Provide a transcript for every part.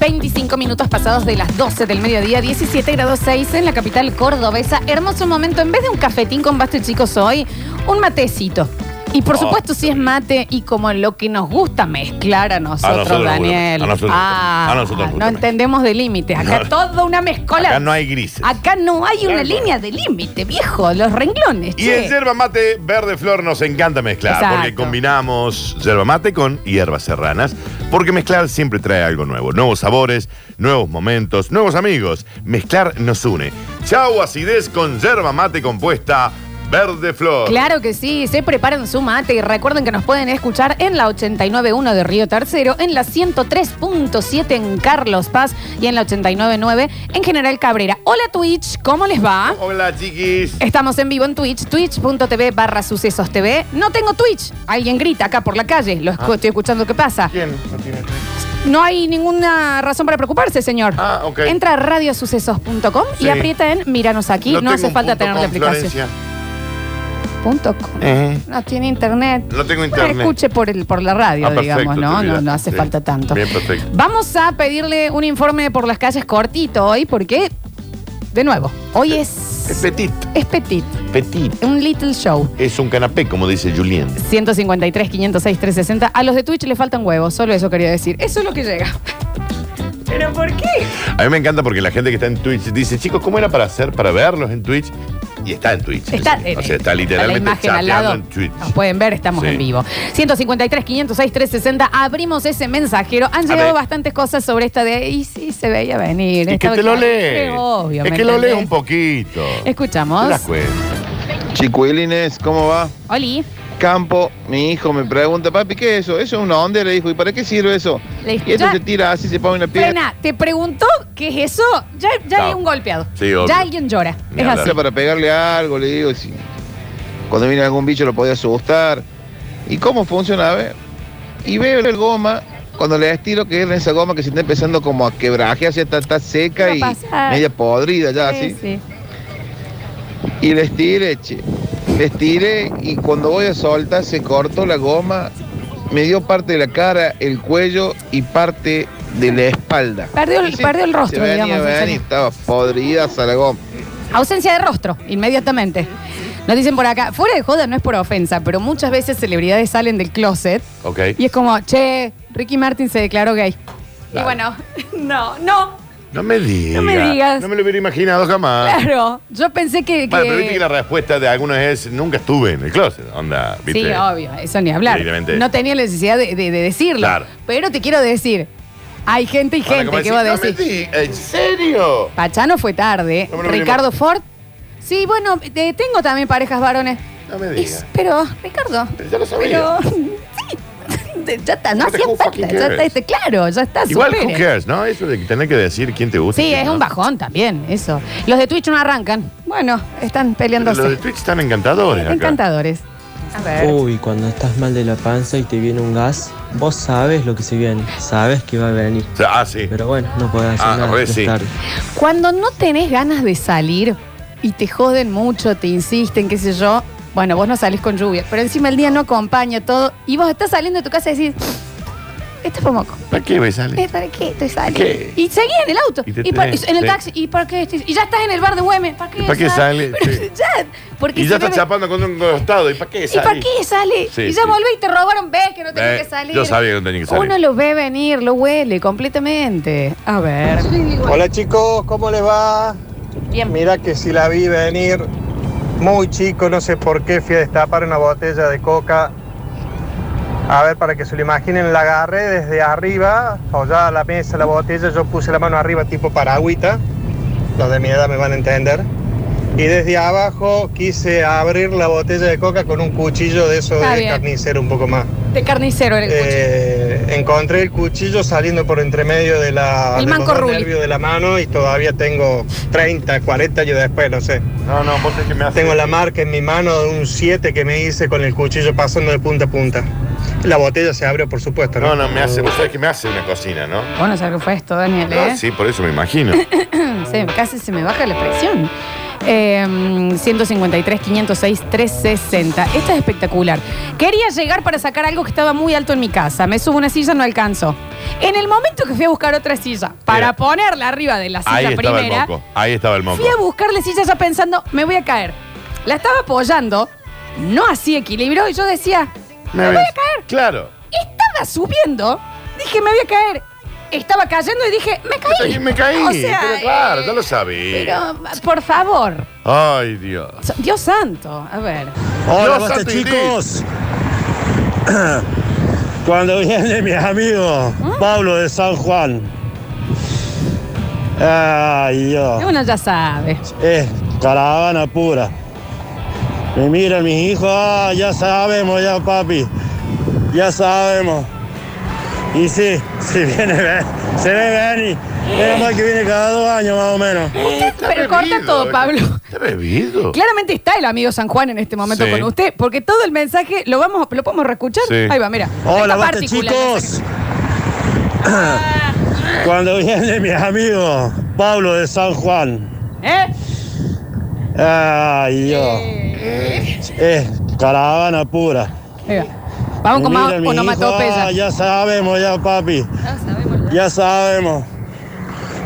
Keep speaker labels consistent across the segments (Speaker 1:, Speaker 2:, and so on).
Speaker 1: 25 minutos pasados de las 12 del mediodía, 17 grados 6 en la capital cordobesa. Hermoso momento, en vez de un cafetín con basto y chicos hoy, un matecito. Y por
Speaker 2: Oh,
Speaker 1: supuesto, si es mate y como lo que nos gusta mezclar a nosotros,
Speaker 2: nosotros,
Speaker 1: Daniel.
Speaker 2: a nosotros,
Speaker 1: Ah,
Speaker 2: a nosotros,
Speaker 1: no
Speaker 2: justamente.
Speaker 1: entendemos de límites. Acá
Speaker 2: No.
Speaker 1: toda una mezcola.
Speaker 2: Acá no hay grises.
Speaker 1: Acá no hay una
Speaker 2: Claro.
Speaker 1: línea de límite, viejo. Los renglones.
Speaker 2: Y
Speaker 1: che.
Speaker 2: el yerba mate verde flor nos encanta mezclar,
Speaker 1: Exacto.
Speaker 2: porque combinamos yerba mate con hierbas serranas, porque mezclar siempre trae algo nuevo, nuevos sabores, nuevos momentos, nuevos amigos. Mezclar nos une. Chau acidez con yerba mate compuesta verde flor.
Speaker 1: Claro que sí, se preparan su mate y recuerden que nos pueden escuchar en la 89.1 de Río Tercero, en la 103.7 en Carlos Paz y en la 89.9 en General Cabrera. Hola Twitch, ¿cómo les va?
Speaker 2: Hola chiquis.
Speaker 1: Estamos en vivo en Twitch, twitch.tv barra sucesos TV. No tengo Twitch, alguien grita acá por la calle, lo
Speaker 2: Ah.
Speaker 1: escu- estoy escuchando qué pasa.
Speaker 2: ¿Quién no tiene Twitch?
Speaker 1: No hay ninguna razón para preocuparse, señor.
Speaker 2: Ah, ok.
Speaker 1: Entra a radiosucesos.com y
Speaker 2: Sí.
Speaker 1: aprieta en míranos aquí, no,
Speaker 2: tengo
Speaker 1: hace
Speaker 2: un
Speaker 1: falta
Speaker 2: punto
Speaker 1: tener la
Speaker 2: com,
Speaker 1: aplicación.
Speaker 2: Florencia.
Speaker 1: Punto com.
Speaker 2: Eh.
Speaker 1: No tiene internet.
Speaker 2: No tengo
Speaker 1: Bueno,
Speaker 2: internet.
Speaker 1: Escuche por, el, por la radio,
Speaker 2: Ah, perfecto,
Speaker 1: digamos, ¿no?
Speaker 2: te
Speaker 1: No,
Speaker 2: olvidaste,
Speaker 1: no hace
Speaker 2: sí.
Speaker 1: falta tanto.
Speaker 2: Bien, perfecto.
Speaker 1: Vamos a pedirle un informe por las calles cortito hoy, porque, de nuevo, hoy es.
Speaker 2: Es petit,
Speaker 1: Es petit,
Speaker 2: petit.
Speaker 1: un little show.
Speaker 2: Es un canapé, como dice Julien.
Speaker 1: 153, 506, 360. A los de Twitch le faltan huevos, solo eso quería decir. Eso es lo que llega. ¿Pero por qué?
Speaker 2: A mí me encanta porque la gente que está en Twitch dice, chicos, ¿cómo era para hacer para verlos en Twitch? Y está en Twitch.
Speaker 1: Está, eh,
Speaker 2: o sea, está literalmente
Speaker 1: la imagen al
Speaker 2: chateando
Speaker 1: lado.
Speaker 2: en Twitch.
Speaker 1: Nos pueden ver, estamos
Speaker 2: Sí.
Speaker 1: en vivo. 153, 506, 360. Abrimos ese mensajero. Han
Speaker 2: A
Speaker 1: llegado
Speaker 2: ver.
Speaker 1: bastantes cosas sobre esta de. Y sí, se veía venir.
Speaker 2: Es que
Speaker 1: Estaba
Speaker 2: te lo
Speaker 1: claro.
Speaker 2: lees.
Speaker 1: Es obvio,
Speaker 2: es
Speaker 1: ¿me
Speaker 2: que lo lees
Speaker 1: entendés?
Speaker 2: un poquito. Te
Speaker 1: Escuchamos.
Speaker 2: das cuenta.
Speaker 3: Chicuilines, ¿cómo va?
Speaker 1: Oli,
Speaker 3: Campo, mi hijo me pregunta, papi, ¿qué es eso? Eso es una onda, le dijo, ¿y para qué sirve eso?
Speaker 1: Le
Speaker 3: Y esto
Speaker 1: ya-
Speaker 3: se tira así, se pone una piedra
Speaker 1: frena, ¿te preguntó qué es eso? Ya, ya
Speaker 2: No.
Speaker 1: hay un golpeado.
Speaker 2: Sí, obvio.
Speaker 1: Ya alguien llora.
Speaker 2: Ni
Speaker 1: es
Speaker 2: hablar.
Speaker 1: así.
Speaker 3: para pegarle algo, le digo, si cuando viene algún bicho lo podía asustar. ¿Y cómo funciona? A ver, y veo el goma, cuando le estiro que es esa goma que se está empezando como a quebrajearse, está, está
Speaker 1: Va
Speaker 3: seca
Speaker 1: a
Speaker 3: y
Speaker 1: pasar.
Speaker 3: media podrida ya,
Speaker 1: Sí,
Speaker 3: así.
Speaker 1: sí.
Speaker 3: Y les tiré, che. Les tiré eh, y cuando voy a soltar se cortó la goma. Me dio parte de la cara, el cuello y parte de la espalda.
Speaker 1: Perdió el-
Speaker 3: Y
Speaker 1: perdió el
Speaker 3: se
Speaker 1: rostro,
Speaker 3: venía,
Speaker 1: digamos,
Speaker 3: venía,
Speaker 1: en serio.
Speaker 3: estaba podrida hasta la goma.
Speaker 1: Ausencia de rostro, inmediatamente. Nos dicen por acá, fuera de joda no es por ofensa, pero muchas veces celebridades salen del closet
Speaker 2: Ok.
Speaker 1: y es como, che, Ricky Martin se declaró gay. Y
Speaker 2: Claro.
Speaker 1: bueno, no, no,
Speaker 2: No me digas.
Speaker 1: No me digas.
Speaker 2: No me lo hubiera imaginado jamás.
Speaker 1: claro. Yo pensé que.
Speaker 2: Vale,
Speaker 1: que-
Speaker 2: Ah. pero viste que la respuesta de algunos es, nunca estuve en el closet. Onda, viste.
Speaker 1: Sí, obvio, eso ni hablar.
Speaker 2: Directamente.
Speaker 1: No tenía la necesidad de, de- de decirlo.
Speaker 2: Claro.
Speaker 1: Pero te quiero decir, hay gente y
Speaker 2: Ahora,
Speaker 1: gente
Speaker 2: como
Speaker 1: que
Speaker 2: decís,
Speaker 1: va a
Speaker 2: no me
Speaker 1: decir.
Speaker 2: digas, ¿En serio?
Speaker 1: Pachano fue tarde.
Speaker 2: No me lo hubiera
Speaker 1: Ricardo Ford. Sí, bueno, eh, tengo también parejas varones.
Speaker 2: No me
Speaker 1: Es-
Speaker 2: digas.
Speaker 1: pero, Ricardo.
Speaker 2: Pero ya lo
Speaker 1: Pero
Speaker 2: sabía.
Speaker 1: sí, ya está, no
Speaker 2: Aparte,
Speaker 1: hacía
Speaker 2: who
Speaker 1: falta.
Speaker 2: fucking
Speaker 1: Ya está,
Speaker 2: cares?
Speaker 1: este, claro, ya está.
Speaker 2: Igual, who
Speaker 1: supere.
Speaker 2: cares, ¿no? Eso de tener que decir quién te gusta. y
Speaker 1: Sí,
Speaker 2: quién
Speaker 1: es
Speaker 2: no.
Speaker 1: un bajón también, eso. Los de Twitch no arrancan. Bueno, están
Speaker 2: Pero Los de
Speaker 1: peleándose.
Speaker 2: Twitch están encantadores. acá.
Speaker 1: Encantadores. A ver.
Speaker 4: Uy, cuando estás mal de la panza y te viene un gas, vos sabes lo que se viene, sabes que va a venir.
Speaker 2: O sea, ah, sí.
Speaker 4: Pero bueno, no podés hacer
Speaker 2: Ah,
Speaker 4: nada.
Speaker 2: re
Speaker 4: ya es
Speaker 2: sí.
Speaker 4: tarde.
Speaker 1: Cuando no tenés ganas de salir y te joden mucho, te insisten, qué sé yo, bueno, vos no salís con lluvia, pero encima el día no acompaña todo y vos estás saliendo de tu casa y decís, esto fue moco.
Speaker 2: ¿Para qué me sale?
Speaker 1: Eh, ¿Para qué estoy saliendo?
Speaker 2: ¿Qué?
Speaker 1: Y seguí en el auto.
Speaker 2: Y te
Speaker 1: Y pa-
Speaker 2: tenés,
Speaker 1: en el
Speaker 2: sí.
Speaker 1: taxi. ¿Y para qué? estoy- Y ya estás en el bar de Güemes. ¿Para qué,
Speaker 2: ¿Para qué sale?
Speaker 1: Pero
Speaker 2: Sí.
Speaker 1: ya, porque
Speaker 2: Y
Speaker 1: se
Speaker 2: ya está
Speaker 1: bebe-
Speaker 2: chapando con un costado. ¿Y para qué
Speaker 1: ¿Y para
Speaker 2: sale?
Speaker 1: qué sale?
Speaker 2: Sí,
Speaker 1: y ya
Speaker 2: sí.
Speaker 1: volví y te robaron. Ves que no tenés
Speaker 2: Eh,
Speaker 1: que salir.
Speaker 2: yo sabía que no tenía que salir.
Speaker 1: Uno lo ve venir, lo huele completamente. A ver.
Speaker 5: Hola chicos, ¿cómo les va?
Speaker 1: Bien.
Speaker 5: Mira que si la vi venir muy chico, no sé por qué fui a destapar una botella de coca. A ver, para que se lo imaginen, la agarré desde arriba, o ya a la mesa, la botella, yo puse la mano arriba tipo paragüita, los de mi edad me van a entender. Y desde abajo quise abrir la botella de coca con un cuchillo de eso
Speaker 1: Está
Speaker 5: de
Speaker 1: bien.
Speaker 5: carnicero un poco más.
Speaker 1: De carnicero en el coche.
Speaker 5: Eh, encontré el cuchillo saliendo por entre medio de la
Speaker 1: El
Speaker 5: de los
Speaker 1: manco
Speaker 5: dos
Speaker 1: Ruli.
Speaker 5: nervios de la mano y todavía tengo 30, 40 años después, no sé.
Speaker 2: No, no, vos es que me hace.
Speaker 5: Tengo la marca en mi mano de un 7 que me hice con el cuchillo pasando de punta a punta. La botella se abrió, por supuesto, ¿no?
Speaker 2: No, no, me hace. Vos sabés que me hace una cocina, ¿no?
Speaker 1: Bueno, ya que fue esto, Daniel, ¿eh?
Speaker 2: Ah, sí, por eso me imagino.
Speaker 1: Se- casi se me baja la presión. Eh, 153, 506, 360. Esta es espectacular. Quería llegar para sacar algo que estaba muy alto en mi casa. Me subo a una silla, no alcanzo. En el momento que fui a buscar otra silla para
Speaker 2: Era-
Speaker 1: ponerla arriba de la silla
Speaker 2: Eh. Ahí estaba el
Speaker 1: primera,
Speaker 2: moco. Ahí estaba el moco.
Speaker 1: fui a buscarle silla ya pensando, me voy a caer. La estaba apoyando, no así equilibró y yo decía, me voy
Speaker 2: ves?
Speaker 1: a caer.
Speaker 2: Claro.
Speaker 1: Estaba subiendo, dije, me voy a caer. Estaba cayendo y dije, me caí.
Speaker 2: Me caí.
Speaker 1: O sea,
Speaker 2: pero claro,
Speaker 1: eh,
Speaker 2: ya lo sabía.
Speaker 1: pero, por favor,
Speaker 2: Ay, Dios.
Speaker 1: Dios santo, a ver.
Speaker 2: Hola,
Speaker 6: Hola,
Speaker 2: basta,
Speaker 6: basta,
Speaker 2: Titi.
Speaker 6: chicos. Cuando vienen mis amigos, Pablo de San Juan. Ay,
Speaker 2: Ah.
Speaker 6: Dios.
Speaker 1: Uno ya sabe.
Speaker 6: Es caravana pura. Me miran mis hijos, ah, ya sabemos, ya papi. Ya sabemos. Y sí, sí viene, ven- se ve venir. Menos mal que viene cada dos años más o menos.
Speaker 2: Está
Speaker 1: pero corta todo, Pablo.
Speaker 2: Está bebido.
Speaker 1: Claramente está el amigo San Juan en este momento
Speaker 2: Sí.
Speaker 1: con usted, porque todo el mensaje lo vamos lo podemos reescuchar.
Speaker 2: Sí.
Speaker 1: Ahí va, mira.
Speaker 6: Hola,
Speaker 1: Esta
Speaker 6: basta
Speaker 1: partícula,
Speaker 6: chicos. Cuando vienen mis amigos, Pablo de San Juan.
Speaker 1: ¿Eh?
Speaker 6: Ay, Dios.
Speaker 1: Eh.
Speaker 6: Es caravana pura.
Speaker 1: Ahí va. Vamos con más
Speaker 6: Pues Mira, mi hijo,
Speaker 1: onomatopeya.
Speaker 6: ah, ya sabemos, ya papi.
Speaker 1: Ya sabemos.
Speaker 6: Ya sabemos.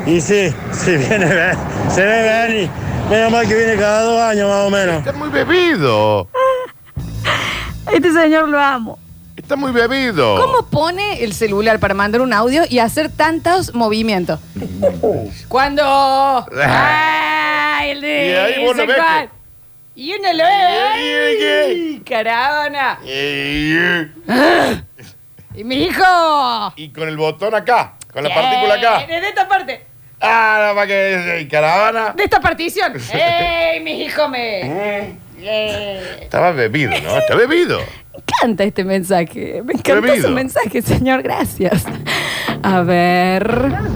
Speaker 6: Y sí, sí viene, ve- se ve venir. Menos mal que viene cada dos años más o menos.
Speaker 2: Está muy bebido.
Speaker 1: Este señor lo amo.
Speaker 2: Está muy bebido.
Speaker 1: ¿Cómo pone el celular para mandar un audio y hacer tantos movimientos? Cuando. ¡Ay, el de.
Speaker 2: Y ahí vos lo
Speaker 1: San
Speaker 2: ves
Speaker 1: Juan. Y uno lo
Speaker 2: ahí
Speaker 1: ve. ¡Ay, Caravana.
Speaker 2: Eh,
Speaker 1: Y mi hijo.
Speaker 2: Y con el botón acá, con la partícula acá.
Speaker 1: Desde Eh, esta parte.
Speaker 2: Ah, no, para que eh, caravana.
Speaker 1: De esta partición. ¡Ey, mi hijo me! Eh.
Speaker 2: Estaba bebido, ¿no? Está bebido.
Speaker 1: Me encanta este mensaje. Me encantó
Speaker 2: Atrevido.
Speaker 1: su mensaje, señor. Gracias. A ver.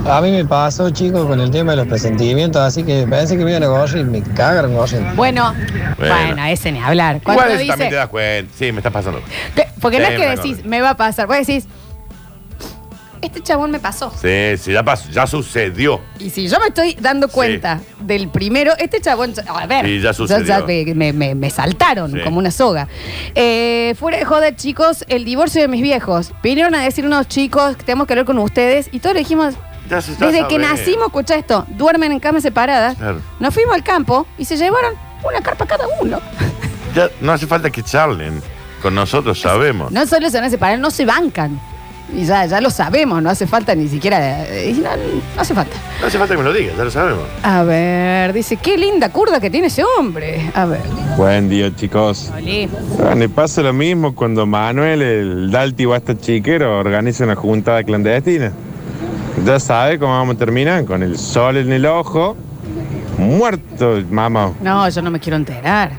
Speaker 7: A mí me pasó, chicos, con el tema de los presentimientos, así que pensé que me iban a coger y me cagaron cogiendo.
Speaker 1: Bueno, bueno, ese ni hablar. Cuando
Speaker 2: Igual
Speaker 1: dice,
Speaker 2: también te das cuenta. Sí, me está pasando.
Speaker 1: que- porque no
Speaker 2: Sí,
Speaker 1: es que
Speaker 2: me
Speaker 1: decís,
Speaker 2: acuerdo.
Speaker 1: me va a pasar. Vos decís, este chabón me pasó.
Speaker 2: Sí, sí, ya pasó, ya sucedió.
Speaker 1: Y si yo me estoy dando cuenta del primero, este chabón, a ver,
Speaker 2: Sí, ya
Speaker 1: yo
Speaker 2: sucedió.
Speaker 1: me, me- me- me saltaron
Speaker 2: Sí.
Speaker 1: como una soga. Eh, fuera de joda, chicos, el divorcio de mis viejos. Vinieron a decir unos chicos que tenemos que hablar con ustedes y todos le dijimos,
Speaker 2: Ya se ya
Speaker 1: desde
Speaker 2: sabe.
Speaker 1: que nacimos, escucha esto, duermen en camas separadas,
Speaker 2: Claro.
Speaker 1: nos fuimos al campo y se llevaron una carpa cada uno.
Speaker 2: Ya no hace falta que charlen. Con nosotros sabemos.
Speaker 1: No solo se van a separar, no se bancan. Y ya, ya lo sabemos, no hace falta ni siquiera, eh, no- no hace falta.
Speaker 2: No hace falta que me lo digas, ya lo sabemos.
Speaker 1: A ver, dice, qué linda curda que tiene ese hombre. A ver.
Speaker 8: Buen día, chicos.
Speaker 1: Oli.
Speaker 8: Ah, Me pasa lo mismo cuando Manuel, el Dalti Basta Chiquero, organiza una juntada clandestina. Ya sabe cómo vamos a terminar, con el sol en el ojo, muerto, mamá.
Speaker 1: No, yo no me quiero enterar.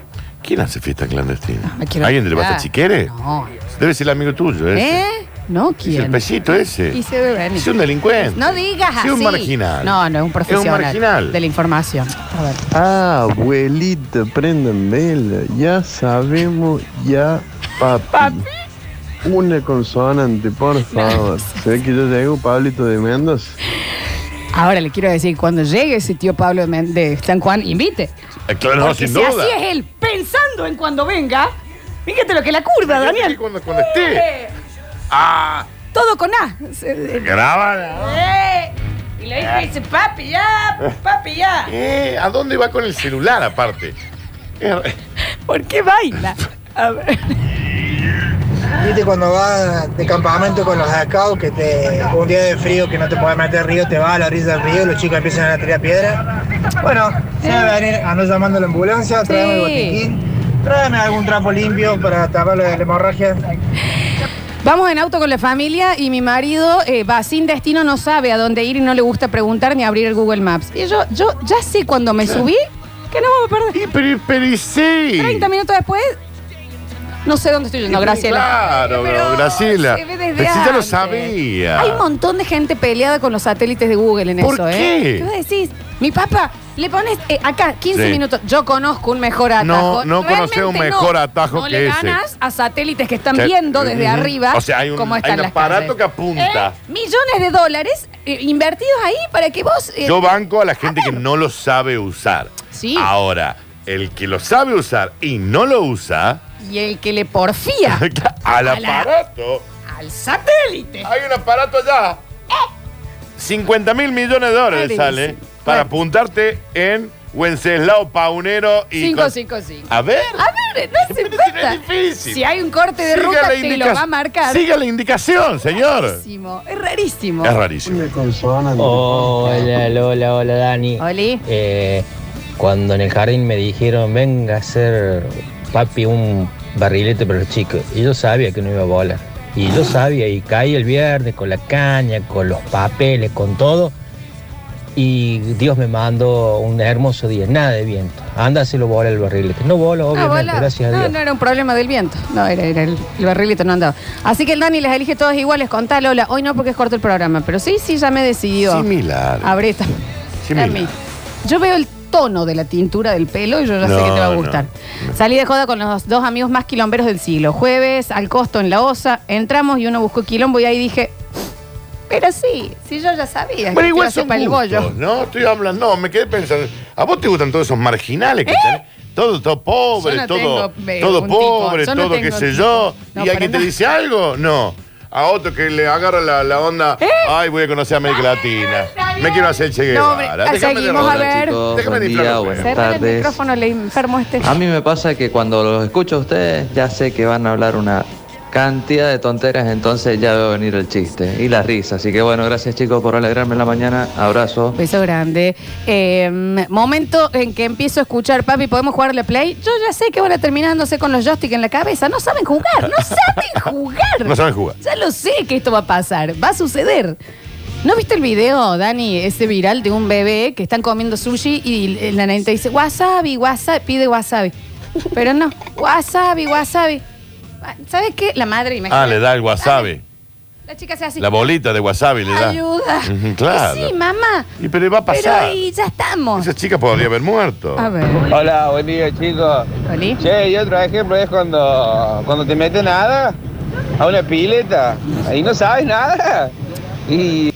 Speaker 2: ¿Quién hace fiesta clandestina?
Speaker 1: Me quiero
Speaker 2: ¿Alguien del
Speaker 1: enterar.
Speaker 2: Basta Chiquere?
Speaker 1: No.
Speaker 2: Debe ser el amigo tuyo, ese.
Speaker 1: ¿Eh? No,
Speaker 2: Es el
Speaker 1: ¿quién? ¿Eh?
Speaker 2: pesito ese.
Speaker 1: Y se debe venir.
Speaker 2: Es un delincuente.
Speaker 1: No digas así.
Speaker 2: Es un marginal.
Speaker 1: No, no, es un profesional.
Speaker 2: marginal.
Speaker 1: De la información. A ver.
Speaker 9: Ah, abuelita, prendan vela. Ya sabemos, ya papi. Una consonante, por favor. Se ve que yo llego, Pablito de Mendoza.
Speaker 1: Ahora le quiero decir, cuando llegue ese tío Pablo de Men- de San Juan, invite.
Speaker 2: Eh, Claro, no,
Speaker 1: Porque
Speaker 2: sin
Speaker 1: si
Speaker 2: duda.
Speaker 1: así es él, pensando en cuando venga, fíjate lo que la curda,
Speaker 2: Fíjate
Speaker 1: Daniel.
Speaker 2: cuando- cuando esté. Ah,
Speaker 1: Eh, Todo con A. Se-
Speaker 2: graba.
Speaker 1: ¡Eh! Y le dije, dice, papi, ya, papi, ya.
Speaker 2: Eh, ¿A dónde va con el celular aparte? Eh,
Speaker 1: ¿Por qué baila? A ver.
Speaker 10: Viste cuando vas de campamento con los scouts, que te, un día de frío que no te puedes meter río, te vas a la orilla del río y los chicos empiezan a tirar piedra. Bueno, se va a venir, ando llamando a la ambulancia, tráeme el
Speaker 1: Sí.
Speaker 10: botiquín, tráeme algún trapo limpio para tapar la la hemorragia.
Speaker 1: Vamos en auto con la familia y mi marido eh, va sin destino, no sabe a dónde ir y no le gusta preguntar ni abrir el Google Maps. Y yo, yo ya sé cuando me subí que no vamos a perder.
Speaker 2: y pero, pero y sí.
Speaker 1: 30 minutos después, no sé dónde estoy yendo, Graciela.
Speaker 2: Claro,
Speaker 1: Pero
Speaker 2: bro, Graciela.
Speaker 1: se ve desde
Speaker 2: Pero si ya lo
Speaker 1: antes.
Speaker 2: sabía.
Speaker 1: Hay un montón de gente peleada con los satélites de Google en
Speaker 2: ¿Por
Speaker 1: eso,
Speaker 2: qué?
Speaker 1: ¿eh? ¿Qué vos decís? Mi papá, le pones eh, acá 15
Speaker 2: Sí.
Speaker 1: minutos. Yo conozco un mejor atajo.
Speaker 2: No, no
Speaker 1: Realmente
Speaker 2: conocés un
Speaker 1: no.
Speaker 2: mejor atajo
Speaker 1: No
Speaker 2: que
Speaker 1: le
Speaker 2: ese.
Speaker 1: ganas a satélites que están
Speaker 2: O sea,
Speaker 1: viendo desde
Speaker 2: ujú.
Speaker 1: arriba
Speaker 2: O sea, hay un,
Speaker 1: cómo
Speaker 2: hay
Speaker 1: están
Speaker 2: un
Speaker 1: las
Speaker 2: aparato
Speaker 1: calles.
Speaker 2: que apunta.
Speaker 1: ¿Eh? Millones de dólares eh, invertidos ahí para que vos. eh, ah.
Speaker 2: Yo banco a la gente que no lo sabe usar.
Speaker 1: Sí.
Speaker 2: Ahora, el que lo sabe usar y no lo usa,
Speaker 1: Y el que le porfía
Speaker 2: al
Speaker 1: A la-
Speaker 2: aparato,
Speaker 1: al satélite.
Speaker 2: Hay un aparato allá. 50 mil millones de dólares
Speaker 1: Ay,
Speaker 2: sale
Speaker 1: sí.
Speaker 2: para
Speaker 1: Bueno.
Speaker 2: apuntarte en Wenceslao Paunero y. con-
Speaker 1: 555.
Speaker 2: A ver.
Speaker 1: A ver, no hace
Speaker 2: Pero si no es
Speaker 1: falta.
Speaker 2: difícil.
Speaker 1: Si hay un corte de
Speaker 2: Siga
Speaker 1: ruta,
Speaker 2: la
Speaker 1: Ah, te lo
Speaker 2: indica-
Speaker 1: va a marcar.
Speaker 2: Siga la indicación, señor.
Speaker 1: Rarísimo, Es rarísimo.
Speaker 2: Es rarísimo.
Speaker 9: Una consonante.
Speaker 11: λοιπόν. Hola Lola, hola Dani.
Speaker 1: Oli.
Speaker 11: Eh, cuando en el jardín me dijeron, venga a hacer papi un barrilete para los chicos, y yo sabía que no iba a volar. Y yo sabía, y caí el viernes con la caña, con los papeles, con todo. Y Dios me mandó un hermoso día, nada de viento. Anda, se lo vola el barrilete. No vola,
Speaker 1: Ah,
Speaker 11: obviamente,
Speaker 1: bola.
Speaker 11: gracias a
Speaker 1: no,
Speaker 11: Dios.
Speaker 1: no era un problema del viento. No, era, era el, el barrilito no andaba. Así que el Dani les elige todas iguales. Contá, Lola. Hoy no porque es corto el programa, pero sí, sí, ya me he decidido.
Speaker 2: Similar.
Speaker 1: Abre esta.
Speaker 2: Similar.
Speaker 1: Dami, Yo veo el tono de la tintura del pelo y yo ya sé
Speaker 2: No,
Speaker 1: que te va a
Speaker 2: no.
Speaker 1: gustar. Salí de joda con los dos amigos más quilomberos del siglo. Jueves, al costo en la osa, entramos y uno buscó quilombo y ahí dije, pero sí, sí yo ya sabía. que
Speaker 2: Pero
Speaker 1: te iba a
Speaker 2: igual
Speaker 1: hacer
Speaker 2: son
Speaker 1: para el
Speaker 2: gustos,
Speaker 1: bollo.
Speaker 2: No, estoy hablando, no, me quedé pensando. ¿A vos te gustan todos esos marginales que tenés? Todo, todo
Speaker 1: ¿Eh?
Speaker 2: pobre,
Speaker 1: Yo no
Speaker 2: todo,
Speaker 1: tengo, eh,
Speaker 2: todo
Speaker 1: un
Speaker 2: pobre,
Speaker 1: tipo. Yo no
Speaker 2: todo qué
Speaker 1: tengo
Speaker 2: sé
Speaker 1: tipo.
Speaker 2: yo.
Speaker 1: No,
Speaker 2: ¿Y
Speaker 1: para
Speaker 2: alguien te
Speaker 1: nada.
Speaker 2: dice algo? No. A otro que le agarra la, la onda,
Speaker 1: ¿Eh?
Speaker 2: ay, voy a conocer a América Latina. Me quiero hacer Che
Speaker 1: No, hombre,
Speaker 2: Guevara. Déjame de
Speaker 1: seguimos,
Speaker 2: robar,
Speaker 1: a ver.
Speaker 2: chicos. Déjame
Speaker 12: Buen
Speaker 2: de
Speaker 12: día,
Speaker 2: inflar los
Speaker 12: buenas
Speaker 2: pelos.
Speaker 1: Cerrar el
Speaker 12: Tardes.
Speaker 1: micrófono, le enfermo este.
Speaker 2: Ah,
Speaker 12: A mí me pasa que cuando los escucho a ustedes, ya sé que van a hablar una cantidad de tonteras, entonces ya veo venir el chiste y la risa. Así que bueno, gracias chicos por alegrarme la mañana. Abrazo.
Speaker 1: Beso grande. Eh, momento en que empiezo a escuchar, papi, ¿podemos jugarle play? Yo ya sé que van a terminar dándose con los joystick en la cabeza. No saben jugar, no saben jugar.
Speaker 2: No saben jugar.
Speaker 1: Ya lo sé que esto va a pasar, va a suceder. ¿No viste el video, Dani, ese viral de un bebé que están comiendo sushi y la nenita dice wasabi, wasabi, pide wasabi? Pero no, wasabi, wasabi. Ah, ¿Sabes qué? La madre, imagínate.
Speaker 2: Ah, le da el wasabi.
Speaker 1: La chica se hace así.
Speaker 2: La bolita de wasabi le da.
Speaker 1: Ayuda.
Speaker 2: Ujú, Claro.
Speaker 1: Sí, mamá.
Speaker 2: Y pero va a pasar.
Speaker 1: Pero y ya estamos.
Speaker 2: Esa chica podría haber muerto.
Speaker 1: A ver.
Speaker 6: Hola, buen día, chicos.
Speaker 1: Oli.
Speaker 6: Che, y otro ejemplo es cuando, cuando te metes nada a una pileta. Ahí no sabes nada. Y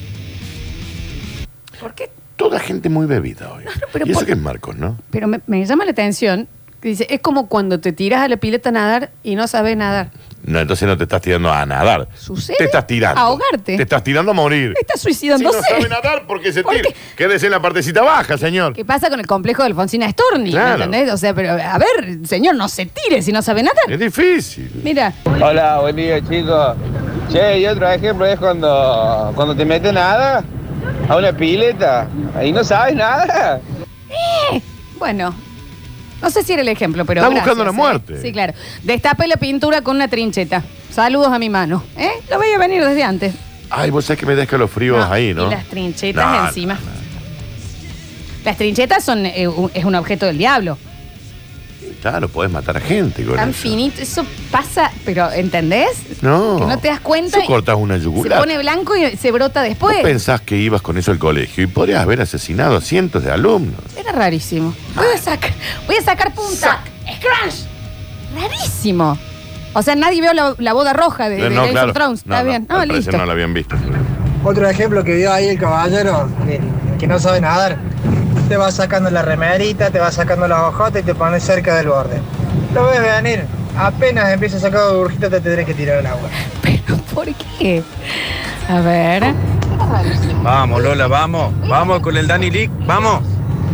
Speaker 1: ¿Por qué?
Speaker 2: Toda gente muy bebida hoy.
Speaker 1: pero
Speaker 2: y eso
Speaker 1: por-
Speaker 2: que es Marcos, ¿no?
Speaker 1: Pero me, me llama la atención. que Dice, es como cuando te tiras a la pileta a nadar y no sabes nadar.
Speaker 2: No, entonces no te estás tirando a nadar.
Speaker 1: Sucede.
Speaker 2: Te estás tirando.
Speaker 1: A ahogarte.
Speaker 2: Te estás tirando a morir.
Speaker 1: Estás
Speaker 2: Si no
Speaker 1: suicidándose.
Speaker 2: sabe nadar, porque se
Speaker 1: ¿Por
Speaker 2: tira?
Speaker 1: qué?
Speaker 2: Quédese en la partecita baja, señor.
Speaker 1: ¿Qué pasa con el complejo de Alfonsina Storni?
Speaker 2: Claro.
Speaker 1: ¿Me entendés? O sea, pero a ver, señor, no se tire si no sabe nadar.
Speaker 2: Es difícil.
Speaker 1: Mira,
Speaker 6: Hola, buen día, chicos. Che, y otro ejemplo es cuando, cuando te metes nada a una pileta. Ahí no sabes nada.
Speaker 1: bueno. No sé si era el ejemplo, pero.
Speaker 2: Está buscando la
Speaker 1: ¿eh?
Speaker 2: muerte.
Speaker 1: Sí, claro. Destape la pintura con una trincheta. Saludos a mi mano. ¿Eh? Lo veía venir desde antes.
Speaker 2: Ay, vos sabés que me da escalofríos
Speaker 1: No,
Speaker 2: ahí, ¿no?
Speaker 1: Y las trinchetas
Speaker 2: No,
Speaker 1: encima. Las trinchetas son eh, un- es un objeto del diablo.
Speaker 2: Claro, podés matar a gente con
Speaker 1: Tan
Speaker 2: eso.
Speaker 1: finito. Eso pasa, pero ¿entendés?
Speaker 2: No.
Speaker 1: Que no te das cuenta.
Speaker 2: Eso
Speaker 1: y
Speaker 2: cortas una
Speaker 1: se
Speaker 2: yugular.
Speaker 1: pone pues. blanco y se brota
Speaker 2: Vos
Speaker 1: después.
Speaker 2: pensás que ibas con eso al colegio y podrías haber asesinado a cientos de alumnos.
Speaker 1: Era rarísimo. Voy a sacar, voy a sacar punta. Scrunch. Rarísimo. O sea, nadie vio la, la boda roja de, de Game of Thrones.
Speaker 2: No,
Speaker 1: Está
Speaker 2: no,
Speaker 1: bien. No,
Speaker 2: al parecer
Speaker 1: listo.
Speaker 2: no la habían visto.
Speaker 10: Otro ejemplo que dio ahí el caballero, que, que no sabe nadar, te va sacando la remerita, te va sacando los ojotes y te pones cerca del borde. Lo ves venir, apenas empiezas a sacar burbujita te tendrás que tirar al agua.
Speaker 1: Pero ¿por qué? A ver.
Speaker 13: Vamos, Lola, vamos. Vamos con el Dani League, vamos.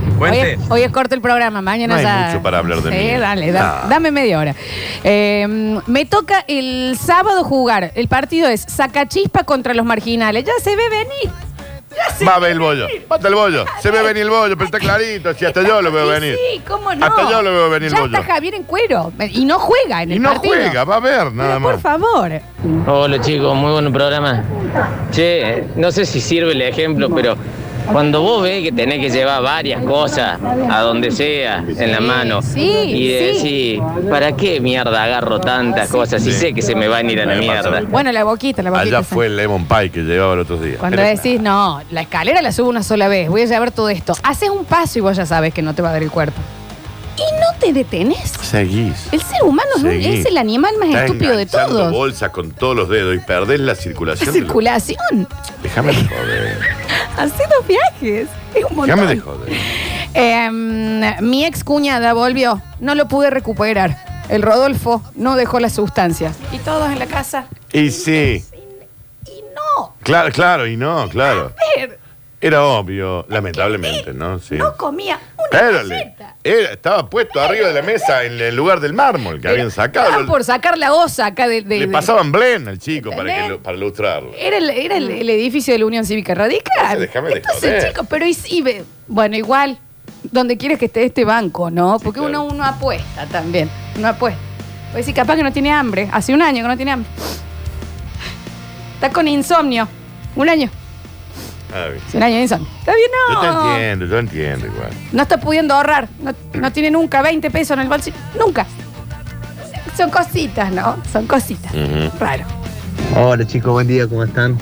Speaker 1: Hoy
Speaker 13: Cuente.
Speaker 1: es, hoy es corto el programa, mañana
Speaker 13: No hay
Speaker 1: ya-
Speaker 13: mucho para hablar de
Speaker 1: Sí,
Speaker 13: mí.
Speaker 1: dale, da-
Speaker 2: Ah.
Speaker 13: No.
Speaker 1: dame media hora. Eh, me toca el sábado jugar. El partido es Sacachispa contra los marginales. Ya se ve venir.
Speaker 2: Va a ver el bollo. Mata el bollo. Se ve venir el bollo, pero está clarito. Si hasta yo lo veo venir.
Speaker 1: Sí, cómo no.
Speaker 2: Hasta yo lo veo venir el
Speaker 1: Ya
Speaker 2: bollo.
Speaker 1: está Javier en cuero y no juega en
Speaker 2: Y
Speaker 1: el
Speaker 2: no
Speaker 1: partido.
Speaker 2: juega, va a ver nada
Speaker 1: Por
Speaker 2: más.
Speaker 1: favor.
Speaker 14: Hola chicos, muy buen programa. Che, no sé si sirve el ejemplo, pero cuando vos ves que tenés que llevar varias cosas a donde sea en la mano
Speaker 1: sí,
Speaker 14: y decís,
Speaker 1: sí.
Speaker 14: ¿para qué mierda agarro tantas cosas si sé que se me van a ir a la mierda?
Speaker 1: Bueno, la boquita, la boquita.
Speaker 2: Allá fue el lemon pie que llevaba los otros días.
Speaker 1: Cuando decís, no, la escalera la subo una sola vez, voy a llevar todo esto. Haces un paso y vos ya sabes que no te va a dar el cuerpo. Y no te detenés.
Speaker 2: Seguís.
Speaker 1: El ser humano es un-
Speaker 2: Seguí.
Speaker 1: es el animal más
Speaker 2: Está
Speaker 1: estúpido de
Speaker 2: enganchando
Speaker 1: todos.
Speaker 2: bolsa con todos los dedos y perdés la circulación. de lo-
Speaker 1: Circulación.
Speaker 2: Déjame de joder.
Speaker 1: Hace dos viajes. Es un montón.
Speaker 2: Déjame de joder.
Speaker 1: Eh, mm, mi ex cuñada volvió. No lo pude recuperar. El Rodolfo no dejó las sustancias. Y todos en la casa.
Speaker 2: Y sí.
Speaker 1: No,
Speaker 2: Claro, claro, y no, claro.
Speaker 1: a ver,
Speaker 2: Era obvio, lamentablemente, ¿no? Sí.
Speaker 1: no comía una
Speaker 2: Espérale. Era- estaba puesto arriba de la mesa en el lugar del mármol que habían sacado.
Speaker 1: Estaban
Speaker 2: Lo-
Speaker 1: ah, por sacar la osa acá de. de-
Speaker 2: le
Speaker 1: de-
Speaker 2: pasaban blend al chico para, que
Speaker 1: ¿Entendés?
Speaker 2: lo- para ilustrarlo.
Speaker 1: Era, el, era el, el edificio de la Unión Cívica Radical.
Speaker 2: Déjame de
Speaker 1: Entonces,
Speaker 2: joder.
Speaker 1: chicos, pero y si ve- Bueno, igual, donde quieres que esté este banco, ¿no? Porque uno, uno apuesta también. Uno apuesta. Pues sí, capaz que no tiene hambre. Hace un año que no tiene hambre. Está con insomnio. Un año.
Speaker 2: Ay.
Speaker 1: Hace un año de insomnio. Está bien,
Speaker 2: Ah, Yo te
Speaker 1: no.
Speaker 2: entiendo, yo entiendo igual.
Speaker 1: No está pudiendo ahorrar. No, no tiene nunca 20 pesos en el bolsillo. Nunca. Son cositas, ¿no? Son cositas. Raro.
Speaker 15: Hola chicos, buen día, ¿cómo están?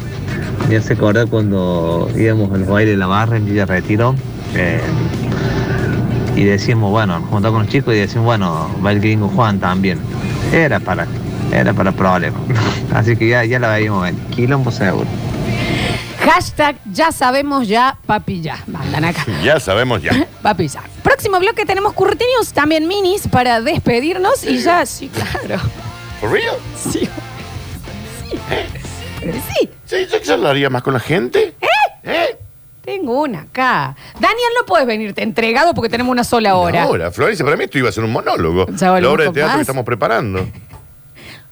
Speaker 15: Me hace acordar cuando íbamos al baile de la barra en Villa Retiro eh, y decíamos, bueno, nos juntamos con los chicos y decimos, bueno, va el gringo Juan también. Era para, era para problemas. Así que ya, ya la veíamos venir. Quilombo seguro.
Speaker 1: Hashtag ya sabemos ya, papi ya. Mandan acá.
Speaker 2: Ya sabemos ya.
Speaker 1: Papi ya. Próximo bloque tenemos curtinios, también minis para despedirnos y ya, sí, claro.
Speaker 2: ¿For real?
Speaker 1: Sí. Pero sí.
Speaker 2: Sí, yo que hablaría más con la gente.
Speaker 1: ¿Eh? Tengo una acá. Daniel, no puedes venirte entregado porque tenemos una sola hora.
Speaker 2: Ahora, Florencia, para mí esto iba a ser un monólogo.
Speaker 1: Ya volvemos
Speaker 2: La obra de
Speaker 1: con
Speaker 2: teatro
Speaker 1: más.
Speaker 2: que estamos preparando.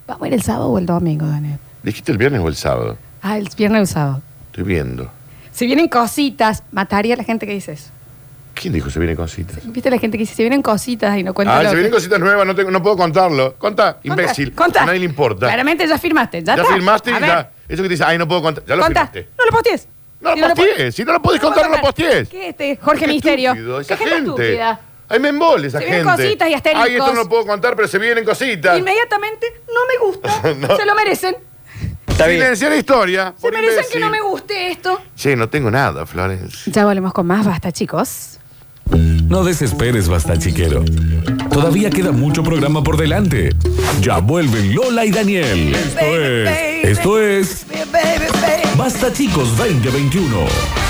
Speaker 1: Vamos a ir el sábado o el domingo, Daniel.
Speaker 2: ¿Dijiste el viernes o el sábado?
Speaker 1: Ah, el viernes o el sábado.
Speaker 2: Estoy viendo.
Speaker 1: Si vienen cositas, mataría a la gente que dice eso.
Speaker 2: ¿Quién dijo se viene cositas?
Speaker 1: ¿Viste la gente que dice, si vienen cositas y no cuenta
Speaker 2: Ah,
Speaker 1: lo
Speaker 2: se
Speaker 1: que-
Speaker 2: vienen cositas nuevas, no, tengo- no puedo contarlo. Contá, imbécil.
Speaker 1: contá.
Speaker 2: A nadie le importa.
Speaker 1: Claramente ya firmaste, ya,
Speaker 2: ya
Speaker 1: está.
Speaker 2: firmaste
Speaker 1: A
Speaker 2: y
Speaker 1: ver,
Speaker 2: ya. Eso que te dice, ay, no puedo contar. Ya lo
Speaker 1: contá.
Speaker 2: firmaste.
Speaker 1: No lo postees.
Speaker 2: No
Speaker 1: Si
Speaker 2: lo
Speaker 1: po-
Speaker 2: postees. Si no lo podés contar, no lo postees.
Speaker 1: ¿Qué es este? Jorge Misterio.
Speaker 2: Estúpido,
Speaker 1: Qué
Speaker 2: esa
Speaker 1: gente
Speaker 2: gente.
Speaker 1: estúpida.
Speaker 2: Ay, me embole esa
Speaker 1: Se
Speaker 2: gente.
Speaker 1: vienen cositas y asteriscos.
Speaker 2: Ay, esto no lo puedo contar, pero se vienen cositas.
Speaker 1: Inmediatamente no me gusta.
Speaker 2: No.
Speaker 1: Se lo merecen.
Speaker 2: Silenciar la historia.
Speaker 1: Se
Speaker 2: por
Speaker 1: merecen
Speaker 2: imbécil.
Speaker 1: que no me guste esto.
Speaker 2: Che, no tengo nada, Florencia.
Speaker 1: Ya volvemos con más basta, chicos.
Speaker 16: No desesperes, basta chiquero. Todavía queda mucho programa por delante. Ya vuelven Lola y Daniel. Esto es. Esto es. Basta chicos 2021.